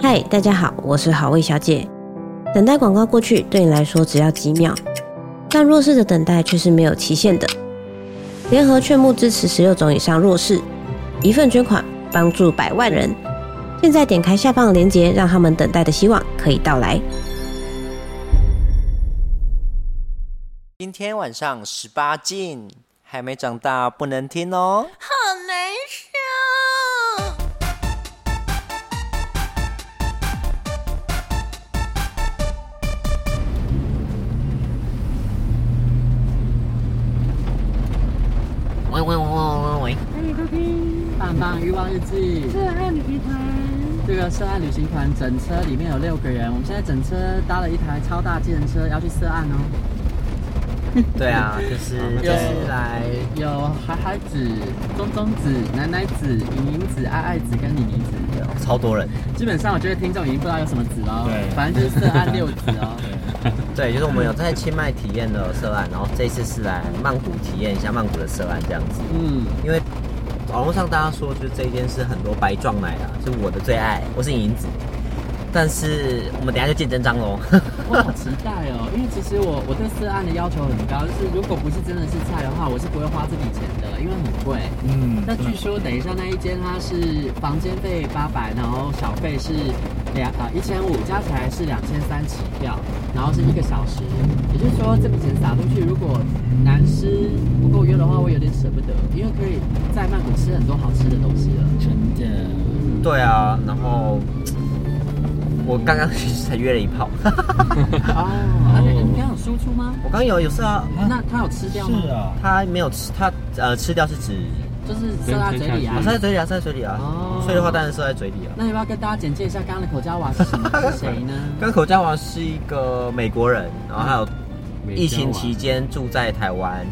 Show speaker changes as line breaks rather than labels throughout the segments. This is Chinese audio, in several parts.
嗨，大家好，我是好味小姐。等待广告过去对你来说只要几秒，但弱势的等待却是没有期限的。联合劝募支持十六种以上弱势，一份捐款帮助百万人。现在点开下方的链接，让他们等待的希望可以到来。
今天晚上十八禁，还没长大不能听哦。
好难受。
喂喂喂喂喂！
欢迎收听《
棒棒欲望日记》，
热爱旅行团。
这个涉案旅行团整车里面有六个人，我们现在整车搭了一台超大计程车要去涉案哦。
对啊，就是
就
就是是来，
有海海子、中中子、奶奶子、莹莹子、爱爱子跟妮妮子。
超多人。
基本上我觉得听众已经不知道有什么子喽，
对
反正就是涉案六子哦。
对，就是我们有在清迈体验了涉案，然后这次是来曼谷体验一下曼谷的涉案这样子。
嗯，
因为网络上大家说，就是这一件事很多白撞奶啊，是我的最爱，我是银子。但是我们等一下就见真章喽。
我好期待哦，因为其实我我对涉案的要求很高，就是如果不是真的是菜的话，我是不会花这笔钱的，因为很贵。
嗯
那据说等一下那一间它是房间费八百，然后小费是两啊一千五，加起来是两千三起跳，然后是一个小时，也就是说这笔钱撒出去，如果男师不够约的话，我有点舍不得，因为可以在曼谷吃很多好吃的东西了。
真的，
对啊，然后我刚刚才约了一炮，
哦，啊那个你刚刚有输出吗？
我刚有有事啊，
那他有吃掉吗？
是，啊，
他没有吃，他呃吃掉是指
就是塞到嘴里啊
啊，塞。在嘴里啊，塞在嘴里啊，
哦
所以的话当然是在嘴里啊。
那要不要跟大家简介一下刚刚的口交娃是什么是谁 呢？
跟口交王是一个美国人，然后还有疫情期间住在台湾，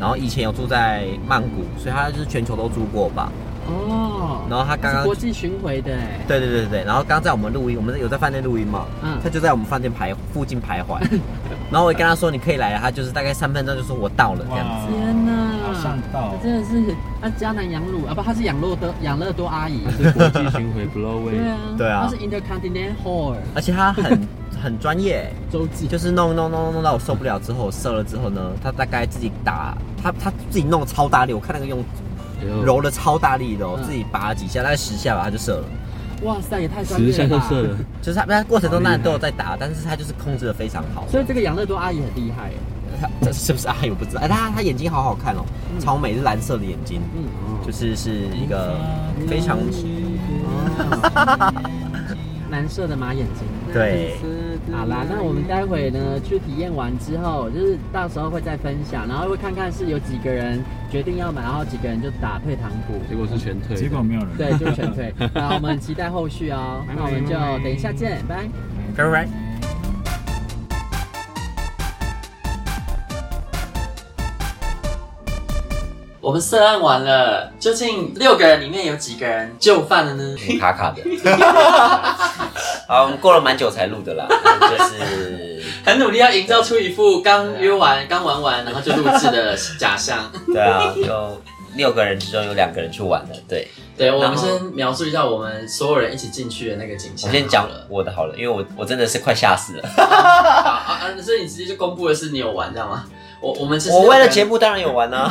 然后以前有住在曼谷，所以他就是全球都住过吧。
哦，
然后他刚
是
刚
国际巡回的哎。
对对对对对，然后刚刚在我们录音，我们有在饭店录音嘛，
嗯
他就在我们饭店徘附近徘徊，然后我跟他说你可以来了，啊他就是大概三分钟就说我到了这样子，
天呐，
好上道
这真的是啊，迦南羊乳啊，不，她是养乐多养乐多阿姨，
是国际巡回 blow
对
way，
啊，
对
她
啊
是 Intercontinental
而且他很 很专业，欸
洲际，
就是弄弄弄弄到我受不了之后，射了之后呢，他大概自己打他他自己弄得超大力，我看那个用揉了超大力的、哦，
嗯
自己拔几下，大概十下吧，他就射了。
哇塞，也太专
十
业
下
了
就
吧
射 了，
就是他，他过程中当
好厉
然
害
都有在打，但是他就是控制的非常好。
所以这个养乐多阿姨很厉害，
他这是不是阿姨我不知道。哎，他他眼睛好好看哦，超美，是蓝色的眼睛，
嗯，
就是是一个非常
哦，蓝色的马眼睛，
对。
好啦，那我们待会呢去体验完之后，就是到时候会再分享，然后会看看是有几个人决定要买，然后几个人就打退堂鼓，
结果是全退，
结果没有人。
对，就是全退。那我们很期待后续哦，那我们就等一下见，拜。
，very right。
我们涉案完了，究竟六个人里面有几个人就范了呢？
卡卡 的。好，我们过了蛮久才录的啦，就是
很努力要营造出一副刚约完、刚玩完，然后就录制的假象。
对啊，就六个人之中有两个人去玩了。对
对，我
然
们
后
先描述一下我们所有人一起进去的那个景象。
我先讲
好了
我的好了，因为我我真的是快吓死了。
啊啊啊！所以你直接就公布的是你有玩，知道吗？我我们其实
我为
六个
了
人
节，目当然有玩 啊，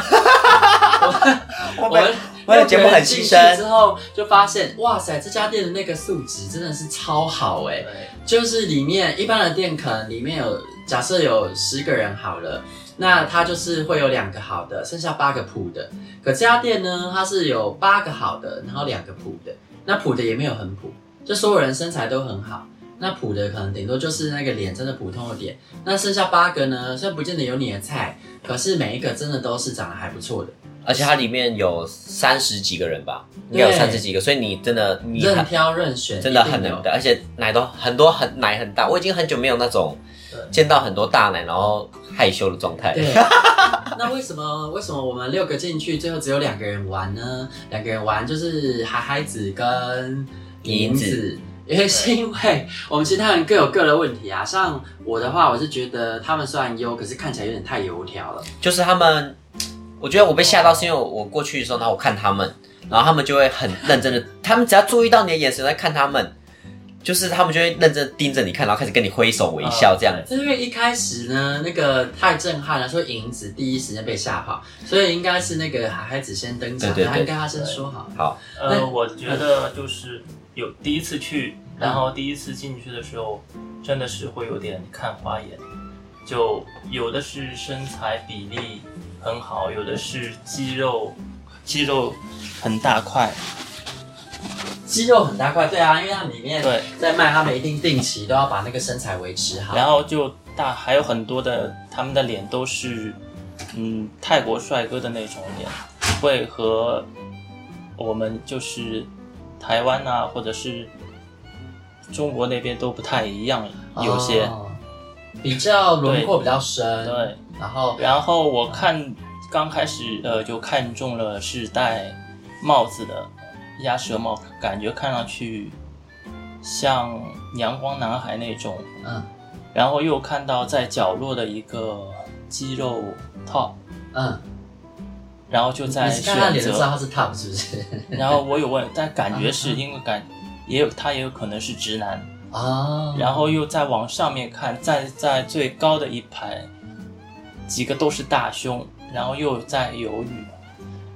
我
为
们
为了节目很牺牲
六个人进去之后就发现，哇塞，这家店的那个素质真的是超好哎、就是里面一般的店可能里面有假设有十个人好了，那它就是会有两个好的，剩下八个普的。可这家店呢，它是有八个好的，然后两个普的。那普的也没有很普，就所有人身材都很好。那普的可能顶多就是那个脸真的普通的脸。那剩下八个呢，虽然不见得有你的菜，可是每一个真的都是长得还不错的。
而且它里面有三十几个人吧，应该有
对
三十几个，所以你真的你
任
很
挑任选，
真的
一定
很
有
能的，而且奶都很多很奶很大，我已经很久没有那种
对
见到很多大奶然后害羞的状态。
对， 那为什么为什么我们六个进去，最后只有两个人玩呢？两个人玩就是海海子跟银子。因为是因为我们其他人各有各的问题啊，像我的话，我是觉得他们虽然优，可是看起来有点太油条了。
就是他们，我觉得我被吓到是因为我过去的时候，然后我看他们，然后他们就会很认真的，他们只要注意到你的眼神在看他们，就是他们就会认真盯着你看，然后开始跟你挥手微笑这样子。
是因为一开始呢，那个太震撼了，说银子第一时间被吓跑，所以应该是那个海海子先登场，
对对对
然后跟他先说好。
好，
呃，我觉得就是有第一次去，然后第一次进去的时候，真的是会有点看花眼，就有的是身材比例很好，有的是肌肉肌肉很大块，
肌肉很大块，对啊，因为他们里面
对，
在卖，他们一定定期都要把那个身材维持好。
然后就大还有很多的他们的脸都是嗯泰国帅哥的那种脸，不会和我们就是台湾啊或者是中国那边都不太一样，有些、
哦比较轮廓比较深，
对。
然后
然后我看刚开始呃就看中了是戴帽子的鸭舌帽，感觉看上去像阳光男孩那种。
嗯
然后又看到在角落的一个肌肉 top，
嗯，
然后就在
你是看他
选
脸就知道
择。
他是 top 是不是？
然后我有问，但感觉是因为感也有他也有可能是直男。
啊，
然后又再往上面看，站在最高的一排，几个都是大胸，然后又在犹豫，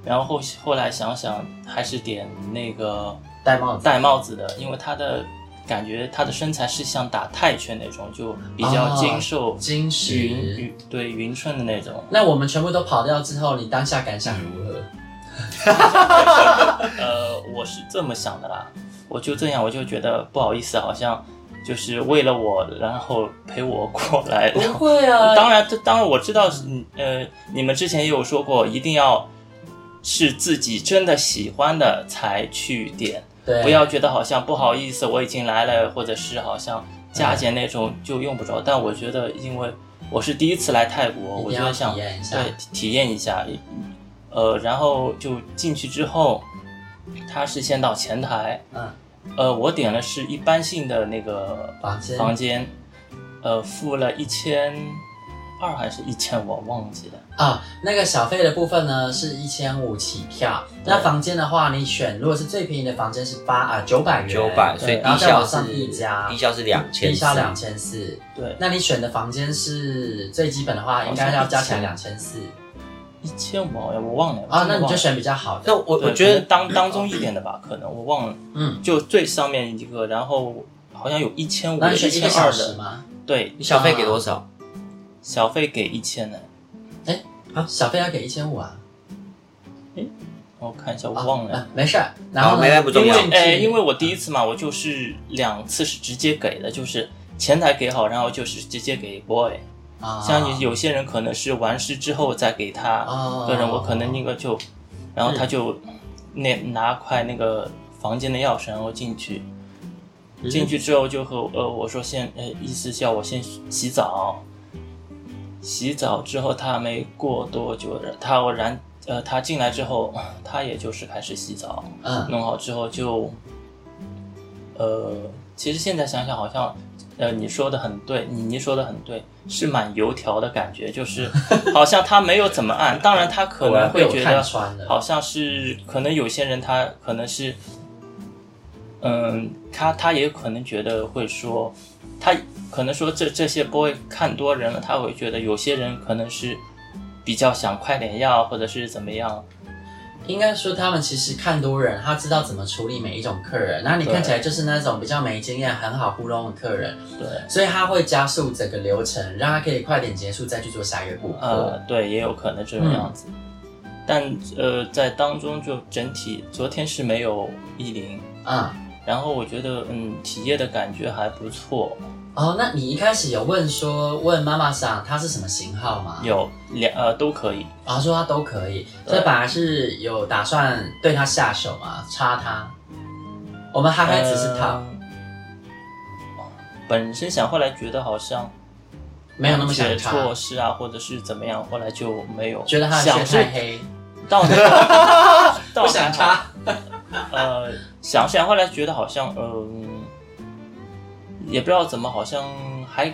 然后后后来想想还是点那个
戴帽子
戴帽子的，因为他的感觉他的身材是像打泰拳那种，就比
哦
较精瘦、
金石。
匀匀对匀称的那种
那我们全部都跑掉之后，你当下感想如何？
呃，我是这么想的啦，我就这样，我就觉得不好意思，啊好像就是为了我，然后陪我过来，然后。
会啊
当然，这当然我知道，嗯呃，你们之前也有说过，一定要是自己真的喜欢的才去点，
对，
不要觉得好像不好意思，我已经来了，或者是好像加减那种就用不着。但我觉得，因为我是第一次来泰国，
一
我
定
就
要
想
体验一下
对体验一下，呃，然后就进去之后，他是先到前台，
嗯，
呃，我点的是一般性的那个
房间
房间，呃，付了一千二还是一千，我忘记了。
啊，那个小费的部分
嗯
呢是一千五起跳。
对
那房间的话，你选如果是最便宜的房间是八啊九百元，
九百，
对
所以
然
低
后再
消
往上
是
一加，
低消是两千，
低消两千四。
对，
那你选的房间是最基本的话，应该要加起来两千四
一千五好像我忘了
啊，那你就。
真的忘了
选比较好的。
那我
对
我觉
可
得
能当当中一点的吧，可能我忘了，
嗯，
就最上面一个，然后好像有一千五、
那你选一
千
个小
二
时
的，
吗？
对，
你小费给多少？
小费给一千呢。
啊
啊
小费要给一千五啊？
我看一下，
啊
我忘了
啊，没事儿。然后
好
呢
没关系不重要
因为你
哎，因为我第一次嘛，
嗯
我就是两次是直接给的，就是前台给好，然后就是直接给 boy。
啊
像有有些人可能是完事之后再给他
哦
个人，我可能那个就，然后他就那拿块那个房间的钥匙，然后进去，进去之后就和呃我说先呃意思叫我先洗澡，洗澡之后他没过多久，他偶然呃他进来之后，他也就是开始洗澡，
嗯
弄好之后就，呃，其实现在想想好像，呃，你说的很对，妮妮说的很对，是蛮油条的感觉，就是好像他没有怎么按，当然他可能会
果然被
觉
我看
得
穿了
好像是可能有些人他可能是，嗯，他他也可能觉得会说，他可能说这这些 boy 看多人了，他会觉得有些人可能是比较想快点要，或者是怎么样，
应该说他们其实看多人，他知道怎么处理每一种客人。那你看起来就是那种比较没经验、很好糊弄的客人，
对。
所以他会加速整个流程，让他可以快点结束，再去做下一个顾
呃
客。，
对，也有可能这
嗯
种样子。但呃，在当中就整体，昨天是没有意林，
嗯，
然后我觉得嗯，体验的感觉还不错，
哦，那你一开始有问说问妈妈桑她是什么型号吗？，啊
有两呃都可以，
然后说她都可以，
对
所以本来是有打算对她下手嘛，插她。我们哈哈只是
呃
top，
本身想后来觉得好像
没有那么想
解
插
措施啊，或者是怎么样，后来就没有
觉得她的
想
血
是
太黑，
到 那个到
不想插。
呃，想想后来觉得好像嗯、也不知道怎么，好像还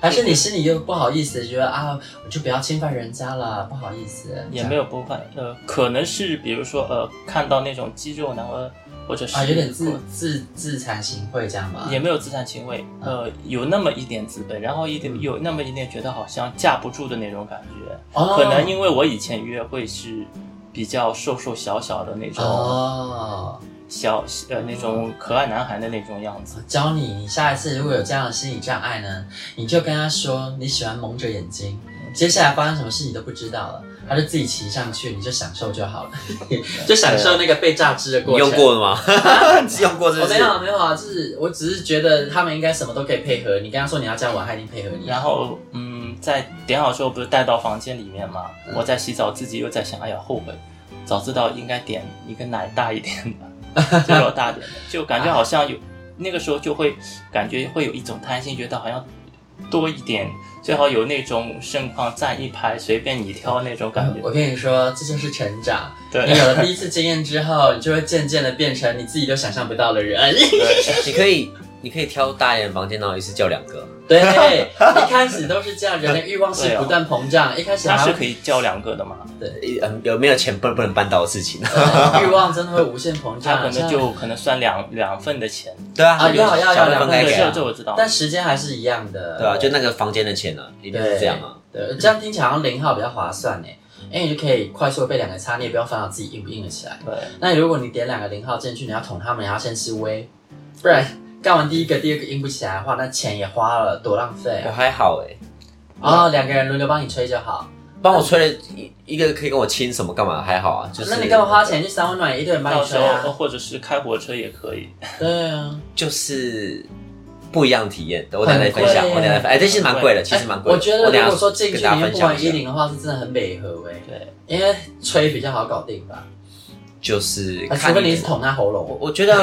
还是你心里又不好意思，觉得啊，我就不要侵犯人家了，不好意思。
也没有不换，呃，可能是比如说呃，看到那种肌肉男和或者是
啊，有点自啊自自惭形秽这样吧。
也没有自惭形秽，
啊
呃，有那么一点自卑，然后一
嗯
点有那么一点觉得好像架不住的那种感觉。
哦
可能因为我以前约会是比较瘦瘦小小的那种
哦，
小呃那种可爱男孩的那种样子，
教你，你下一次如果有这样的心理障碍呢，你就跟他说你喜欢蒙着眼睛，
嗯
接下来发生什么事你都不知道了，他就自己骑上去，你就享受就 好了，就享受那个被榨汁的
你
过程。
用过了 吗？你用过是
我
不是
没？ 有没有啊，就是我只是觉得他们应该什么都可以配合。你跟他说你要这样玩，他一定配合你。
然后嗯，在点好之后不是带到房间里面嘛，
嗯
我在洗澡，自己又在想，哎呀后悔，早知道应该点一个奶大一点 的，就肉大点的，就感觉好像有那个时候就会感觉会有一种贪心，觉得好像多一点，最好有那种盛况站一排随便你挑那种感觉
嗯我。跟你说，这就是成长。你有
对，
了第一次经验之后，你就会渐渐的变成你自己都想象不到的人。
你可以，你可以挑大一点的房间，然后一次叫两个。
对，一开始都是这样，人的欲望是不断膨胀，一开始
它
还
哦是
会
可以叫两个的嘛，
嗯，有没有钱不能不能办到的事情？
对呃欲望真的会无限膨
它
胀，
可能就可能算两两份的钱，
对啊，
啊要要
小
要两
部分该
个
给
这
啊
这，我知道。
但时间还是一样的，
对啊，就那个房间的钱啊，一定是这样啊。
对，这样听起来好像零号比较划算呢，
嗯
因为你就可以快速地被两个差，你也不用烦恼自己硬不硬得起来。
对，
那如果你点两个零号进去，你要捅他们，你要先吃威，不然干完第一个、第二个硬不起来的话，那钱也花了，多浪费
我
啊！
还好哎，
哦，两个人轮流帮你吹就好。
帮我吹了一一个可以跟我亲什么干嘛？还好啊，就是
那你干嘛花？钱去三温暖？一堆人帮
到
你
时
吹
候
啊
呃？或者是开火车也可以。
对啊，
就是不一样的体验，我等一下再分享。
很贵耶
我等一下再分，哎，这其实蛮贵的，其实蛮贵的。
我觉得
等一下
如果说进去
跟大
里
家
面
分
不
享
玩
一
一
下
零的话，是真的很美和哎，
对，
因为吹比较好搞定吧，
就是
啊
看
除非你是捅他喉咙
我 觉得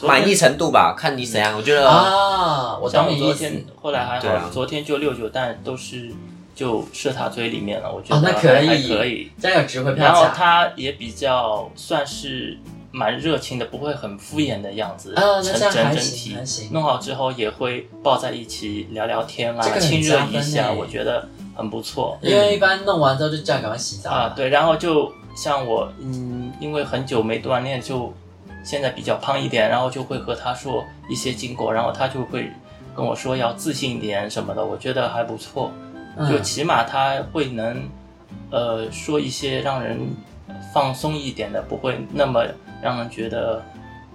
满意程度吧，看你怎样。我觉得、
啊。我
像
懂
我
你
昨
意思。
天后来还好，
对啊
昨天就六九蛋都是就射他嘴里面了，我觉
哦
得
那
还、
可以
还可以。
这样有值回票
然后
价。
他也比较算是蛮热情的，不会很敷衍的样子。
啊那
整
这样
整
还
整
行
体
还行
弄好之后也会抱在一起聊聊天
这
啊，
个很
亲热
加
一
分
下，
欸
我觉得很不错。
因为一般弄完之后就叫你赶快洗澡
啊，，对，然后就像我，嗯，因为很久没锻炼，就现在比较胖一点，然后就会和他说一些经过，然后他就会跟我说要自信一点什么的，我觉得还不错，
嗯
就起码他会能，呃，说一些让人放松一点的，不会那么让人觉得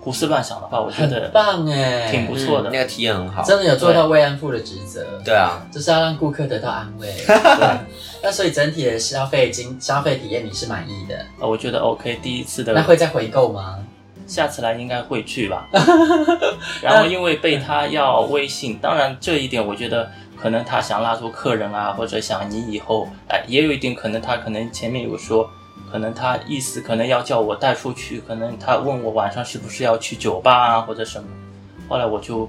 胡思乱想的话，我觉
很
得
棒哎，
挺不错的
嗯那。个体验很好。
真的有做到慰安妇的职责。
对啊，
就是要让顾客得到安慰。那所以整体的消费经消费体验你是满意的，
呃我觉得 OK，第一次的
那会再回购吗？
下次来应该会去 吧。然后因为被他要微信，当然这一点我觉得可能他想拉住客人啊，或者想你以后，哎，也有一点可能他可能前面有说，可能他意思可能要叫我带出去，可能他问我晚上是不是要去酒吧啊或者什么。后来我就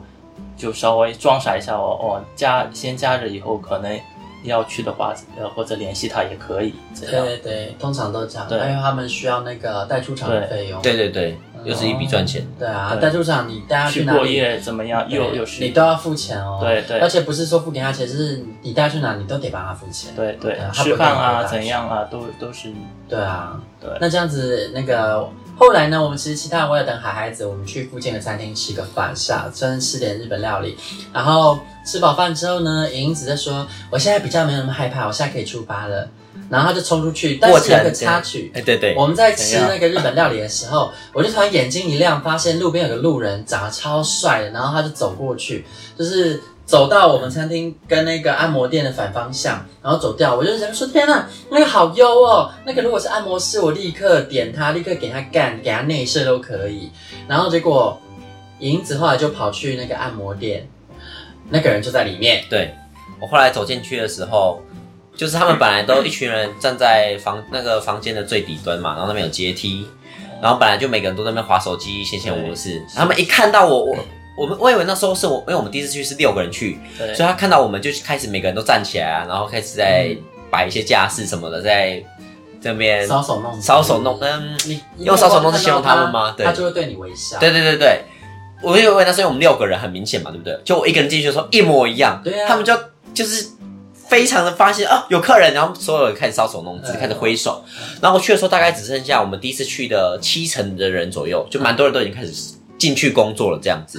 就稍微装傻一下，哦哦，加先加着以后可能要去的话，呃或者联系他也可以这样。
对对，通常都这样，因
对
为他们需要那个带出场的费用。
对对对，又是一笔赚钱。
对啊，
对
带出场你带他
去
哪里
过夜怎么样？又又是
你都要付钱哦。
对对
而且不是说付给他钱，是你带他去哪你都得帮他付钱。
对对
对，他不
吃
会
饭
跟你回
啊，
答
怎样啊，都都是
对啊，
对。
那这样子那个。后来呢，我们其实其他人为了等海孩子，我们去附近的餐厅吃个饭，下真吃点日本料理。然后吃饱饭之后呢，莹莹子在说：“我现在比较没有那么害怕，我现在可以出发了。”然后她就冲出去，但
过
是有
程
一个插曲，
哎，对对，
我们在吃
怎样
那个日本料理的时候， 我就突然眼睛一亮，发现路边有个路人长得超帅的，然后他就走过去，就是走到我们餐厅跟那个按摩店的反方向，然后走掉。我就想说，天呐，那个好优哦！那个如果是按摩师，我立刻点他，立刻给他干，给他内射都可以。然后结果，银子后来就跑去那个按摩店，那个人就在里面。
对，我后来走进去的时候，就是他们本来都一群人站在房那个房间的最底端嘛，然后那边有阶梯，然后本来就每个人都在那边划手机、闲闲无事。他们一看到我，我我们我以为那时候是我，因为我们第一次去是六个人去，
对
所以他看到我们就开始每个人都站起来啊，然后开始在摆一些架势什么的，在这边
搔首弄姿
搔首弄嗯，
你你
用搔首弄
看
姿
到
形容他们吗对
他就会对你微笑。
对对对对。我以为那时候我们六个人很明显嘛，对不对？就我一个人进去的时候一模一样，
对啊
他们就就是非常的发现啊，有客人，然后所有人开始搔首弄
嗯
姿，开始挥手。然后我去的时候，大概只剩下我们第一次去的七成的人左右，就蛮多人都已经开始进去工作了这样 子。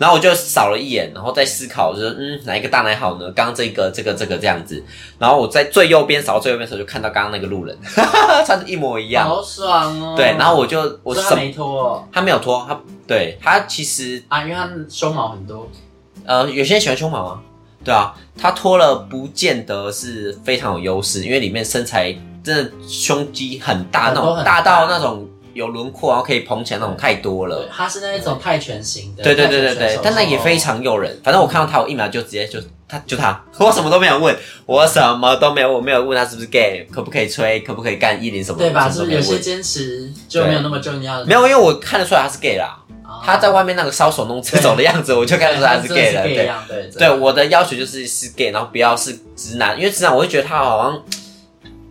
然后我就扫了一眼，然后再思考，就是嗯，哪一个大奶好呢？刚刚这个、这个、这个这样子。然后我在最右边扫到最右边的时候，就看到刚刚那个路人， 穿的一模一样。
好爽哦。
对，然后我就我
所以
什
他
么
没脱哦
他没有脱，他对他其实
啊，因为他胸毛很多，
呃，有些人喜欢胸毛啊，对啊，他脱了不见得是非常有优势，因为里面身材真的胸肌很大，
很
那
多
种
很
大
大
到那种有轮廓，然后可以捧起来那种太多了
对，。他是那种泰拳型的，
对对对对
泰拳选
对
手，哦
但那也非常诱人。反正我看到他，我一秒就直接就他就他，我什么都没有问，我什么都没有，我没有问他是不是 gay，可不可以吹，可不可以干一零什么，
对吧？
什
是
么
不
都
是
没
有
问
些坚持就没有那么重要？
没有，因为我看得出来他是 gay
啊
啦。他在外面那个搔首弄姿走的样子，我就看得出来他是 gay
对真
了。
的是 gay 啊
对，
样对
对
真的
我的要求就是是 gay，然后不要是直男，因为直男我会觉得他好像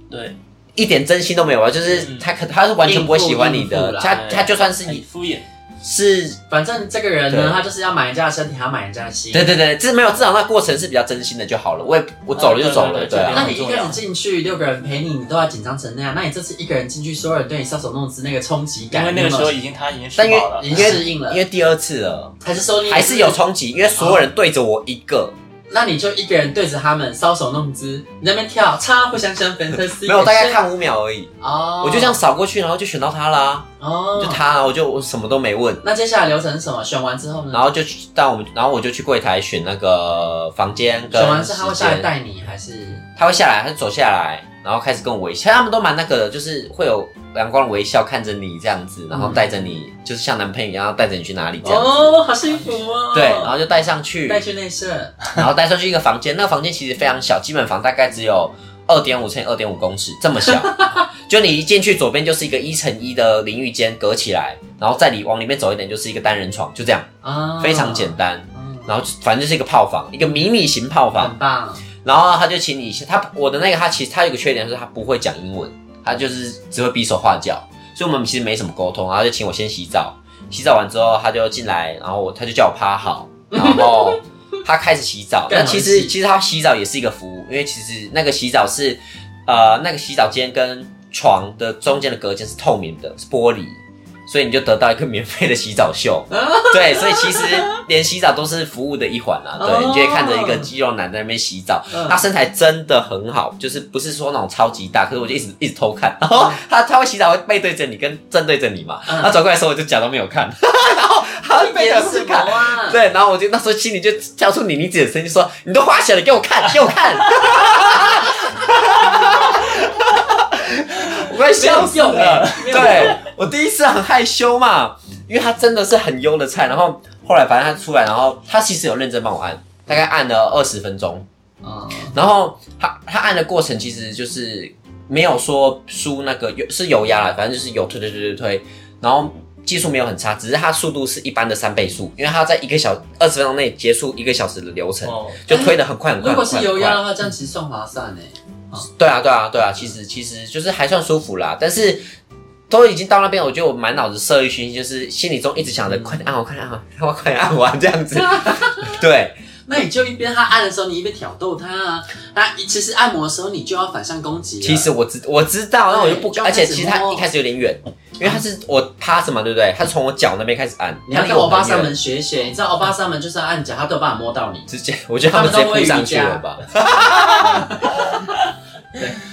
对，
一点真心都没有啊，就是
嗯
他可他是完全不会喜欢你
应付应
的
付，啦哎
他
哎
他就算是
很
你
敷衍，
是，
反正这个人
对
呢，他就是要买人家的身体，还要买人家的心。
对对对，这没有至少那过程是比较真心的就好了，我也我走了就走
嗯
了，
对对
对
对
啊
那，你一个人进去，六个人陪你，你都要紧张成那样。那你这次一个人进去，所有人对你搔首弄姿，那个冲击
因
感，
为那个时候已经他已经吃饱了
已
因
经
为
适应了
因，为第二次了。
还是说你
还是有？冲击，因为所有人对着我一个，
那你就一个人对着他们搔首弄姿，你在那边跳，叉不相相 fantasy，
没有，我大概看五秒而已，
哦，
我就这样扫过去，然后就选到他啦，
哦，
就他，啊我就我什么都没问，
那接下来流程是什么？选完之后呢？
然后就去到我们，然后我就去柜台选那个房间跟
选完之后他会
时
下来
间，
带你，还是
他会下来，他就走下来，然后开始跟我微笑，他们都蛮那个的，就是会有阳光微笑看着你这样子，然后带着你，就是像男朋友一样带着你去哪里这样子，
哦，好幸福哦。
对，然后就带上去，
带去内射，
然后带上去一个房间，那个房间其实非常小，基本房大概只有二点五乘以二点五公尺这 么小，就你一进去左边就是一个一乘一的淋浴间隔起来，然后再里往里面走一点就是一个单人床，就这样，
啊，
非常简单。
嗯，
然后就反正就是一个泡房，一个迷你型泡
很
房。
棒，
然后他就请你，他我的那个他其实他有个缺点就是他不会讲英文，他就是只会比手画脚，所以我们其实没什么沟通。然后就请我先洗澡，洗澡完之后他就进来，然后我他就叫我 趴好，然后他开始洗澡。
更
那
好
其实
洗
其实他洗澡也是一个服务，因为其实那个洗澡是呃那个洗澡间跟床的中间的隔间是透明的，是玻璃。所以你就得到一个免费的洗澡 秀，对，所以其实连洗澡都是服务的一环啦、啊。对，你就会看着一个肌肉男在那边洗澡，
嗯
他身材真的很好，就是不是说那种超级大，可是我就一直一直偷看，然后他他会洗澡会背对着你跟正对着你嘛，
嗯
他转过来的时候我就假装没有看， 然后他会背着
什
是
么
看。
啊？
对，然后我就那时候心里就跳出你你姐的声音说：“你都花钱了，给我看，给我看！”我快笑死
欸
了。对我第一次很害羞嘛，因为他真的是很优的菜。然后后来反正他出来，然后他其实有认真帮我按，大概按了二十分钟。
嗯，
然后他他按的过程其实就是没有说输那个有是有压了，反正就是有推推推推推，然后技术没有很差，只是它速度是一般的三倍速，因为它在一个小二十分钟内结束一个小时的流程，
哦，
就推的很快很快。
如果是
很快
油
很
压
快
的话，这样其实算划算呢。
对啊，对啊，对啊，其实其实就是还算舒服啦，但是都已经到那边，我觉得我满脑子色欲熏心，就是心里中一直想着快点按我，快点按我，我快点按我啊这样子。对，
那你就一边他按的时候，你一边挑逗他啊。那其实按摩的时候，你就要反向攻击了。
其实我知我知道，那我就不
对，就
而
要
且
开始
其实他
摸嗯
一开始有点远，因为他是我趴着嘛，对不对？他从我脚那边开始按，
你要
他离
跟
我
欧巴
很远
桑们学一学，你知道欧巴桑们就是要按脚，他都有办法摸到你。
直接，我觉得他们直接扑上去了 吧。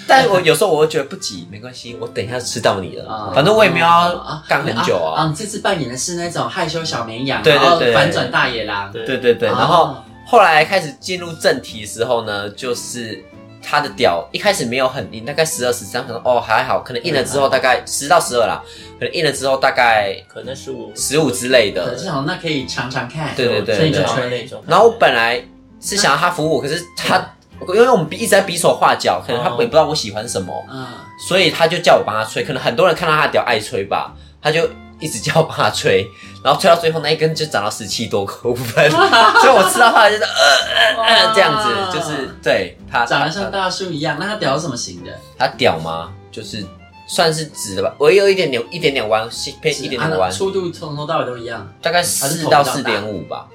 但我有时候我会觉得不急，没关系，我等一下吃到你了
啊，
反正我也没有要干很久
啊！
啊。
你这次扮演的是那种害羞小绵羊，
对对
然后
对
反转大野狼。
对
对对对，
啊
然后后来开始进入正题的时候呢，就是他的屌一开始没有很硬，大概十二十三，可能哦还好，可能硬了之后大概十到十二啦，可能硬了之后大概
可能是我
十五之类
哦可
的
是。好，那可以尝尝看。
对对对
所以你
对
就
然后
吹
那种，
然后我本来是想要他服务我，可是
嗯
他因为我们一直在比手画脚，可能他
哦
也不知道我喜欢什么。
嗯，
所以他就叫我帮他吹，可能很多人看到他的屌爱吹吧，他就一直叫我帮他吹，然后吹到最后那一根就长到十七多公 分，所以我吃到他就是呃呃呃这样子，就是对他
长得像
他
大树一样。那他屌是什么型的？
他屌吗？就是算是直的吧，我也有一点点一点点弯，是偏一点点
啊
弯，
粗度从头到尾都一样。
大概
是
四
头比
到
较大
四点五吧。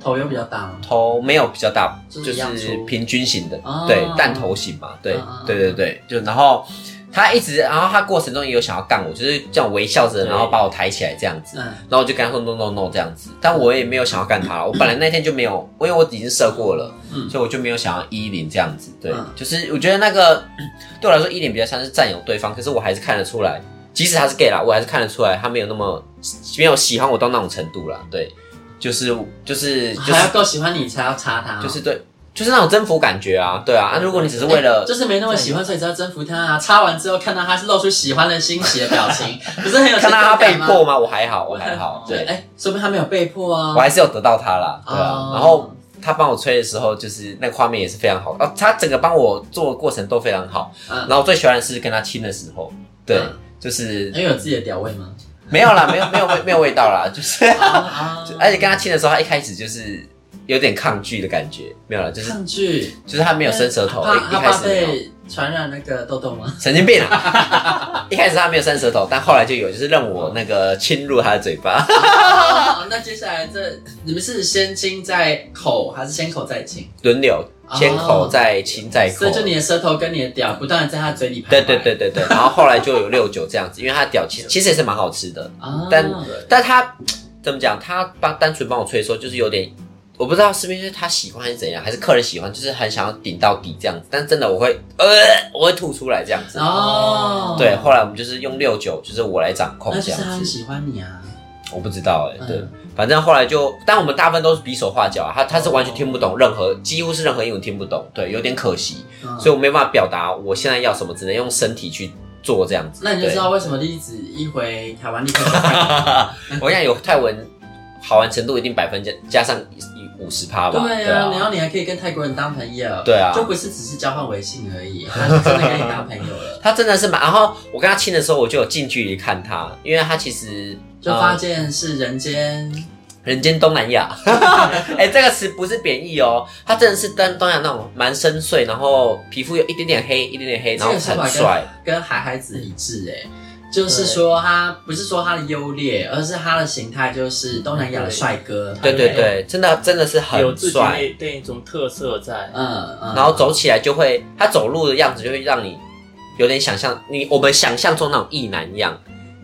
头又比较大嘛，
头没有比较大，
就
就是是
一样粗
平均型的，
啊
对，弹头型嘛，对
啊啊啊，
对对对，就然后他一直，然后他过程中也有想要干我，就是这样微笑着，
对
然后把我抬起来这样子，
嗯，
然后我就跟他说 no no no 这样子，但我也没有想要干 他，我本来那天就没有，因为我已经射过了，
嗯
所以我就没有想要衣领这样子，对
嗯，
就是我觉得那个 嗯对我来说衣领比较像是占有对方，可是我还是看得出来，即使他是 gay 啦，我还是看得出来他没有那么没有喜欢我到那种程度啦，对，就是就是就是
还要够喜欢你才要插他哦，
就是对，就是那种征服感觉啊，对啊。啊如果你只是为了，
哎就是没那么喜欢，所以才要征服他啊。插完之后看到他是露出喜欢的欣喜的表 情，不是很有
看到
成
他
就
被
感吗
迫？吗？我还好，我还好，
对，
对，
哎、说明他没有被迫啊。
我还是有得到他啦，对
哦
啊。然后他帮我吹的时候，就是那个画面也是非常好，啊，他整个帮我做的过程都非常好。
嗯
然后我最喜欢的是跟他亲的时候，对
嗯，
就是
因为有自己的屌味吗？
没有啦，没有没有没有味道啦，就是，
啊啊！
而且跟他亲的时候，他一开始就是有点抗拒的感觉，没有啦，就是
抗拒，
就是他没有伸舌头，
他
一
怕
一
他
开
怕
始没有。
被传染那个痘痘吗？
神经病啊！ 一开始他没有伸舌头，但后来就有，就是让我那个侵入他的嘴巴。
啊那接下来这你们是先亲再口，还是先口再亲？
轮流
哦
先口再亲再口
所以，就哦你的舌头跟你的屌不断的在他嘴里徘徊。
对对对对对。然后后来就有六九这样子，因为他的屌其实其实也是蛮好吃的，
啊！
但但他怎么讲？他帮单纯帮我吹的时候，就是有点我不知道是不是因为他喜欢还是怎样，还是客人喜欢，就是很想要顶到底这样子。但真的我会呃，我会吐出来这样子。
哦，
对，后来我们就是用六九，就是我来掌控
那
这
就是
样
他
子
很。喜欢你啊。
我不知道哎、
嗯
对，反正后来就，但我们大部分都是比手画脚啊，他他是完
哦
全听不懂任何，几乎是任何英文听不懂，对，有点可惜，
嗯
所以我没办法表达我现在要什么，只能用身体去做这样子。
那你就
对
知道为什么栗子一回台湾立刻就快嗯
我跟你讲，有泰文好玩程度一定百分加加上五十趴吧，
对啊，然后你还可以跟泰国人当朋友，
对啊
就不是只是交换微信而已，他是真的跟你当朋友了，
他真的是蛮，然后我跟他亲的时候，我就有近距离看他，因为他其实
就发
呃
现是人间
人间东 南亚，哎、这个词不是贬义哦，他真的是东东南亚那种蛮深邃，然后皮肤有一点点黑，一点点黑，然后
这个说法
很帅，
跟海海子一致哎。就是说他不是说他的优劣，而是他的形态就是东南亚的帅哥。
对对
哎
对，真的真的是
有
很
自己那
帅，
那一种特色在。
嗯嗯。
然后走起来就会，他走路的样子就会让你有点想象你我们想象中那种意男一样，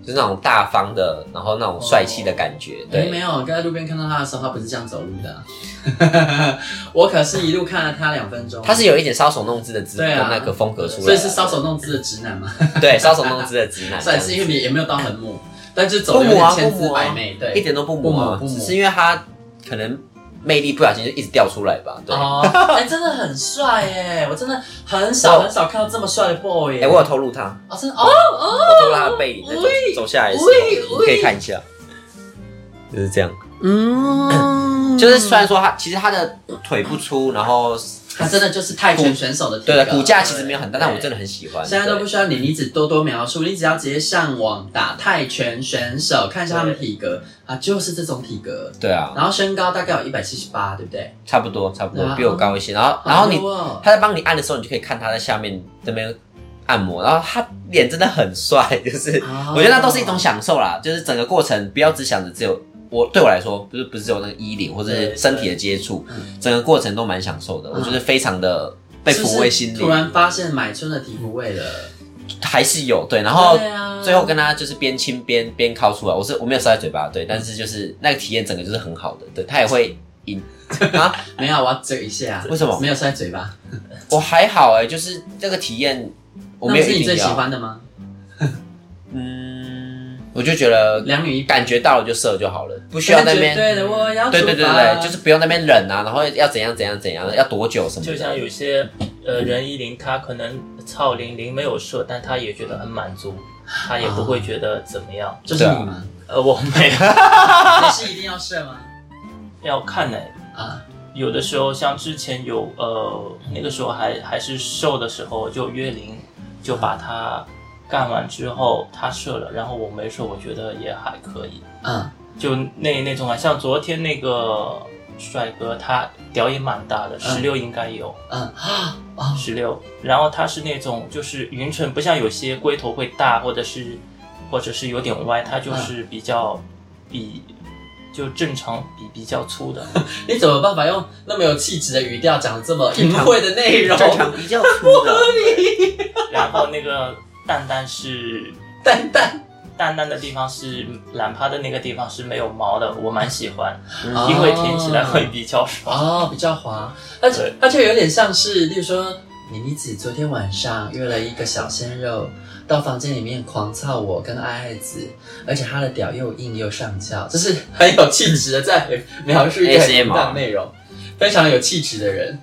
就是那种大方的，然后那种帅气的感觉，
哎，哦没
对，
有，刚才路边看到他的时候，他不是这样走路的啊。啊 我可是一路看了他两分钟。
他是有一点搔首弄姿的姿
对
的
啊
那个风格出来，
所以是搔首弄姿的直男嘛？
对搔首弄姿的直 男，
虽然
这
是
样
因为也没有到很木，但就走
不
的有
母啊
点千
不
姿
母啊
百媚，对，
一点都不
不
母
母
啊
不，母
只是因为他可能魅力不小心就一直掉出来吧，对。
哦，哎、真的很帅耶！我真的很少
我
很少看到这么帅的 boy 耶。
哎，我有透露他，
哦，真的哦哦，
我透露他的背影，那种
喂
走下来的时
喂
候，你可以
喂
看一下，就是这样。
嗯，
就是虽然说他其实他的腿不粗，然后
他真的就是泰拳选手的体格
对的骨架其实没有很大，
对
但我真的很喜欢。
现在都
对
不需要你，你只多多描述，你只要直接上网打泰拳选手，看一下他们体格啊，就是这种体格。
对啊，
然后身高大概有一百七十八，对不对？
差不多差不
对啊
多比我高一些。然后然后你
好多哦
他在帮你按的时候，你就可以看他在下面这边按摩，然后他脸真的很帅，就是
哦
我觉得那都是一种享受啦，就是整个过程不要只想着只有。我对我来说，不是不是只有那个衣领或者是身体的接触
对嗯，
整个过程都蛮享受的。我觉得非常的被
是不是
抚慰心灵。
突然发现买春的体不味了，
还是有对，然后
对啊
最后跟他就是边亲边边靠出来，我是我没有塞在嘴巴，对，但是就是那个体验整个就是很好的，对他也会赢啊，
没有，我要嘴一下。
为什么
没有塞嘴巴？
我还好哎、就是这个体验我没有
那是你
一定
最喜
要，
欢的吗？
嗯，我就觉得
两女一
感觉到了就射就好了，不需要那边
对的，我要
对对
出
对
发
对，就是不用那边忍啊，然后要怎样怎样怎样，要多久什么
就
的，
像有些呃人一零，他可能操零零没有射，但他也觉得很满足，他也不会觉得怎么样。
就是你 吗？
呃，我没有
你是一定要射吗？
要看呢、
啊，
有的时候像之前有呃那个时候还还是瘦的时候，就约零，就把他干完之后他射了，然后我没射，我觉得也还可以。
嗯，
就那那种啊，像昨天那个帅哥，他屌也蛮大的，十六应该有，
嗯啊，
十六。然后他是那种就是匀称，不像有些龟头
嗯
会大，或者是或者是有点歪，他就是比较比就正常比比较粗的，
你怎么办法用那么有气质的语调讲这么淫秽的内容？
正常比较粗的，
然后那个蛋蛋是
蛋蛋，
蛋蛋的地方是懒趴的那个地方是没有毛的，我蛮喜欢，
嗯
哦
因为舔起来会比较爽。
哦，比较滑，而且
对
而且有点像是，例如说，妮妮子昨天晚上约了一个小鲜肉到房间里面狂操我跟爱爱子，而且他的屌又硬又上翘，这是很有气质的在描述一个
ASMR
淫荡内容，非常有气质的人。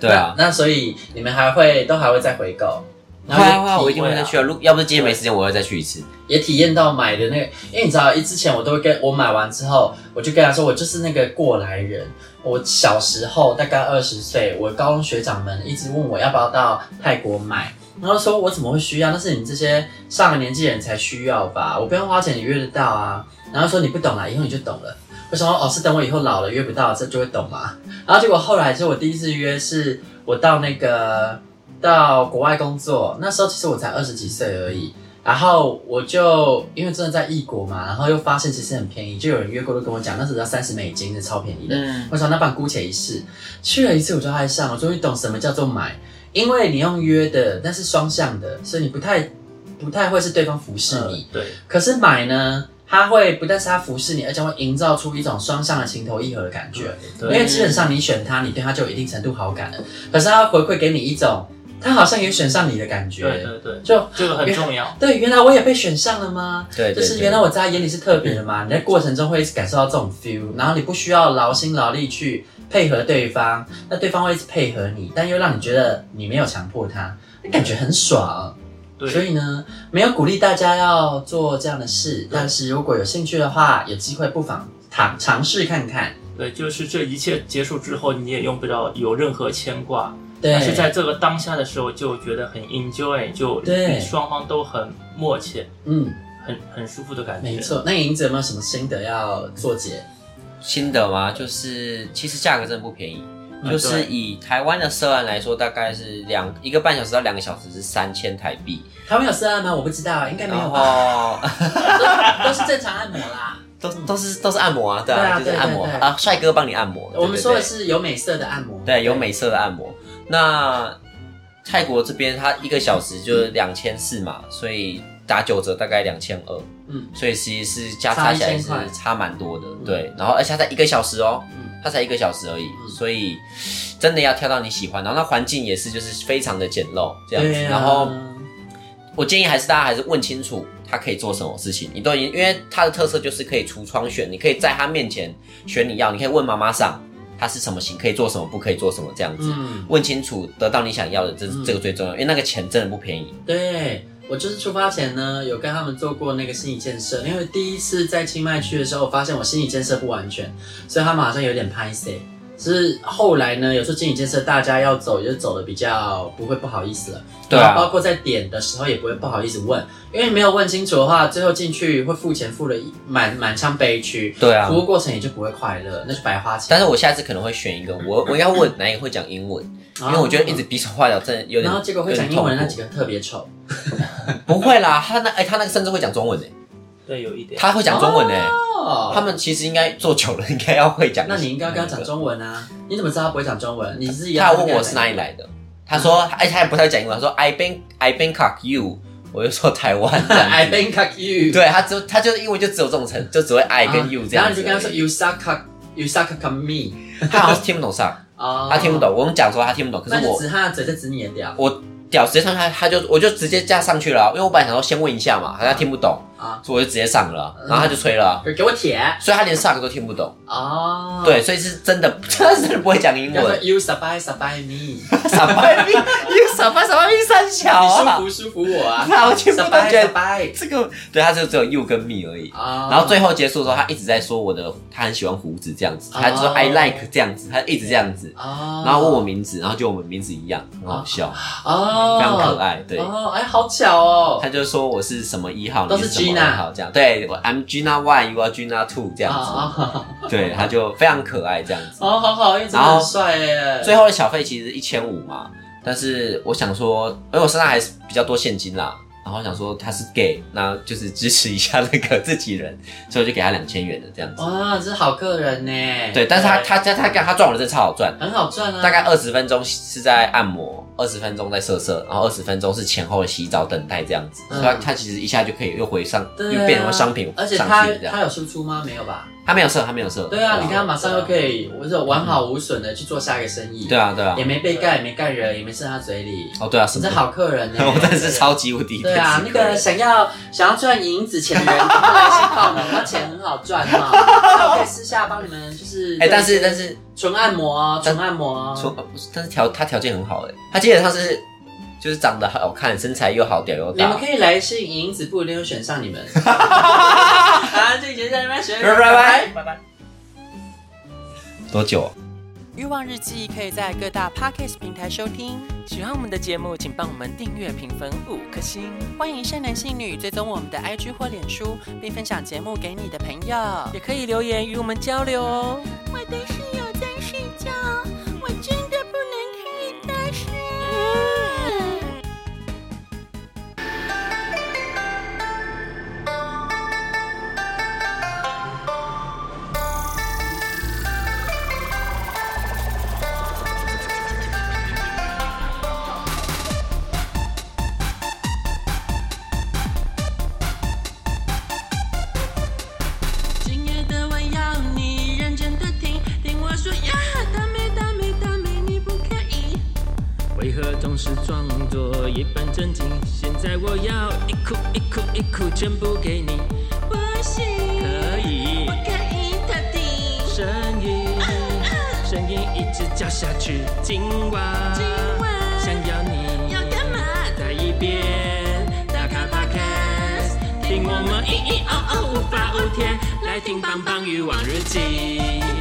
对啊。
那，那所以你们还会都还会再回购，然
会啊会啊，
后
我
也体
一定会
会
再
啊
去啊！如要不是今天没时间，我会再去一次。
也体验到买的那个，因为你知道，一之前我都会跟我买完之后，我就跟他说，我就是那个过来人。我小时候大概二十岁，我高中学长们一直问我要不要到泰国买，然后说我怎么会需要？那是你这些上了年纪的人才需要吧，我不用花钱也约得到啊。然后说你不懂啦，以后你就懂了。我想说哦，是等我以后老了约不到，这就会懂嘛。然后结果后来是我第一次约是我到那个到国外工作，那时候其实我才二十几岁而已。然后我就因为真的在异国嘛，然后又发现其实很便宜，就有人约过，都跟我讲那时候要三十美金，是超便宜的。
嗯，
我想那不然姑且一试，去了一次我就爱上，我终于懂什么叫做买，因为你用约的，但是双向的，所以你不太不太会是对方服侍你，
嗯对，
可是买呢，它会不但是它服侍你，而且会营造出一种双向的情投意合的感觉。因
对
为基本上你选它，你对它就有一定程度好感了。可是它回馈给你一种，它好像也选上你的感觉。
对对对，
就
这个很重要。
对，原来我也被选上了吗？
对对
就是
对
原来我在他眼里是特别的
嗯
嘛。你在过程中会一直感受到这种 feel，然后你不需要劳心劳力去配合对方，那对方会一直配合你，但又让你觉得你没有强迫他，那感觉很爽。
对
所以呢，没有鼓励大家要做这样的事，但是如果有兴趣的话，有机会不妨尝尝试看看。
对，就是这一切结束之后，你也用不着有任何牵挂，
对，
但是在这个当下的时候就觉得很 enjoy，就
对
双方都很默契，
嗯，
很很舒服的感觉。
没，错。那银子有没有什么心得要做结？
心得吗？就是其实价格真的不便宜，
嗯
就是
对
以台湾的涉案来说，大概是两一个半小时到两个小时是三千台币，
他们有涉案吗？我不知道，应该没
然
有
哦
吧？ 嗯
后
都都是正常按摩啦。
都都是都是按摩啊，对啊，
对啊
就是按摩
对对对
啊，帅哥帮你按摩。
我们
对
说的
对
是有美色的按摩，
对有美色的按摩。那泰国这边它一个小时就是两千四嘛，所以打九折大概两千二，
嗯
所以其实是加差起来
差一
是
千块
差蛮多的，对。然后而且它才一个小时哦，
嗯，
它才一个小时而已，
嗯
所以真的要挑到你喜欢。然后那环境也是就是非常的简陋这样子。
对啊
然后我建议还是大家还是问清楚他可以做什么事情。你都已经因为它的特色就是可以橱窗选，你可以在他面前选你要，你可以问妈妈上它是什么型，可以做什么，不可以做什么这样子。
嗯，
问清楚，得到你想要的，这
嗯
这个最重要，因为那个钱真的不便宜。
对我就是出发前呢，有跟他们做过那个心理建设，因为第一次在清迈去的时候，我发现我心理建设不完全，所以他们好像有点拍 C。只是后来呢，有时候心理建设大家要走，也就走的比较不会不好意思了。
对啊
然后包括在点的时候也不会不好意思问，因为没有问清楚的话，最后进去会付钱付了一满满腔悲屈，
对啊
服务过程也就不会快乐，那就白花钱。
但是我下次可能会选一个，我我要问哪一个会讲英文，因为我觉得一直比手画脚真的有点。
然后结果会讲英文的那几
个
个特别丑，
不会啦，他那哎、他那个甚至会讲中文呢、欸
对，有一点。
他会讲中文呢、
哦
他们其实应该做久了，应该要会讲。
那你应该跟他讲中文啊！你怎么知道他不会讲中文？你嗯是
他有问我是哪里来的，他说，哎、他也不太讲英文，他说 I ban I Bangkok you，我就说台 湾这 样
？I
子。
think cock you。
对他只他就是英文就只有这种程，就只会 I
啊，
跟 you 这
然
样
后你就
子而已。
跟他说 you suck cock you suck cock me
他好像是听不懂上，
啊，
他听不。懂。我用讲说他听不懂，可
那
是
就
我
指他的嘴在指你的屌
我屌直接上他，他就我就直接架上去了，因为我本来想说先问一下嘛，他听不懂，
啊！
所以我就直接上了，然后他就吹了，
给我舔
所以他连上都听不懂。
啊！
对，，所以是真的， 他是真的不会讲英
然后说
文。
you survive survive me，
傻白 逼，你傻白傻白逼三小啊！
你舒服舒服我 啊
那我全部都
，survive
觉得
survive
这个，对，他就只有 you 跟 me 而已。
啊！
然后最后结束的时候，他一直在说我的，他很喜欢胡子这样子，
哦
他就说 I like 这样子，他一直这样子，
啊，
然后问我名字，然后就我们名字一样，很好笑，
哦，
非常可爱，对。
哦，哎，好巧哦
他。就说我是什么一号，
都
你
是
什么
Gina
二号这样，对我 I'm Gina One，you are Gina Two 这
啊
样
啊
子，对，他就非常可爱这样子。
哦，好好，因为真的很帅耶。
最后的小费其实一千五嘛，但是我想说，因为我身上还是比较多现金啦，然后想说他是 gay，那就是支持一下那个自己人， 所以我就给他两千元的这样子。
哇，这是好个人呢。
对，但是他他他他干他赚我的真的超好赚，
很好赚啊，
大概二十分钟是在按摩，二十分钟在色色，然后二十分钟是前后的洗澡等待这样子，
嗯
所以他他其实一下就可以又回上，
对啊
又变成商品
而且
上
他
去这样
他。有输出吗？没有吧？
他没有色，他没有色。
对啊，你看他马上又可以，我这完好无损的去做下一个生意。
对啊，对啊
也。没被盖，也没盖人，也没剩他嘴里。
哦，对啊，什
你
么
这？好客人呢、
我真的是超级无敌。
对啊，那个想要想要赚银子钱的人，不来先报名，那钱很好赚哈。那我可以私下帮你们，就是
哎，但是但是
纯按摩哦，
但
纯按摩哦，
说，呃不是但是条他条件很好哎，他基本上是就是长得好看，身材又好，屌又
你们
大
可。以来是银子，不一定会选上你 们。啊，这节在那边选，
拜拜拜
拜拜。
多久啊？
欲望日记可以在各大 podcast 平台收听。喜欢我们的节目，请帮我们订阅、评分五颗星。欢迎善男信女追踪我们的 IG 或脸书，并分享节目给你的朋友，也可以留言与我们交流哦。
我的室友在睡觉，我真的不能开大声。今夜的我要你认真的听，听我说呀，大美大美大美，你不可以。
为何总是装作一本正经？现在我要一哭一哭一哭全部给你，
不行，
可以
不可以特地。
声音，声音一直叫下去，今晚，
今晚
想要你，
要干嘛？
再一遍，打开 Podcast，听我们咿咿哦哦无法无天，来听棒棒鱼网日记。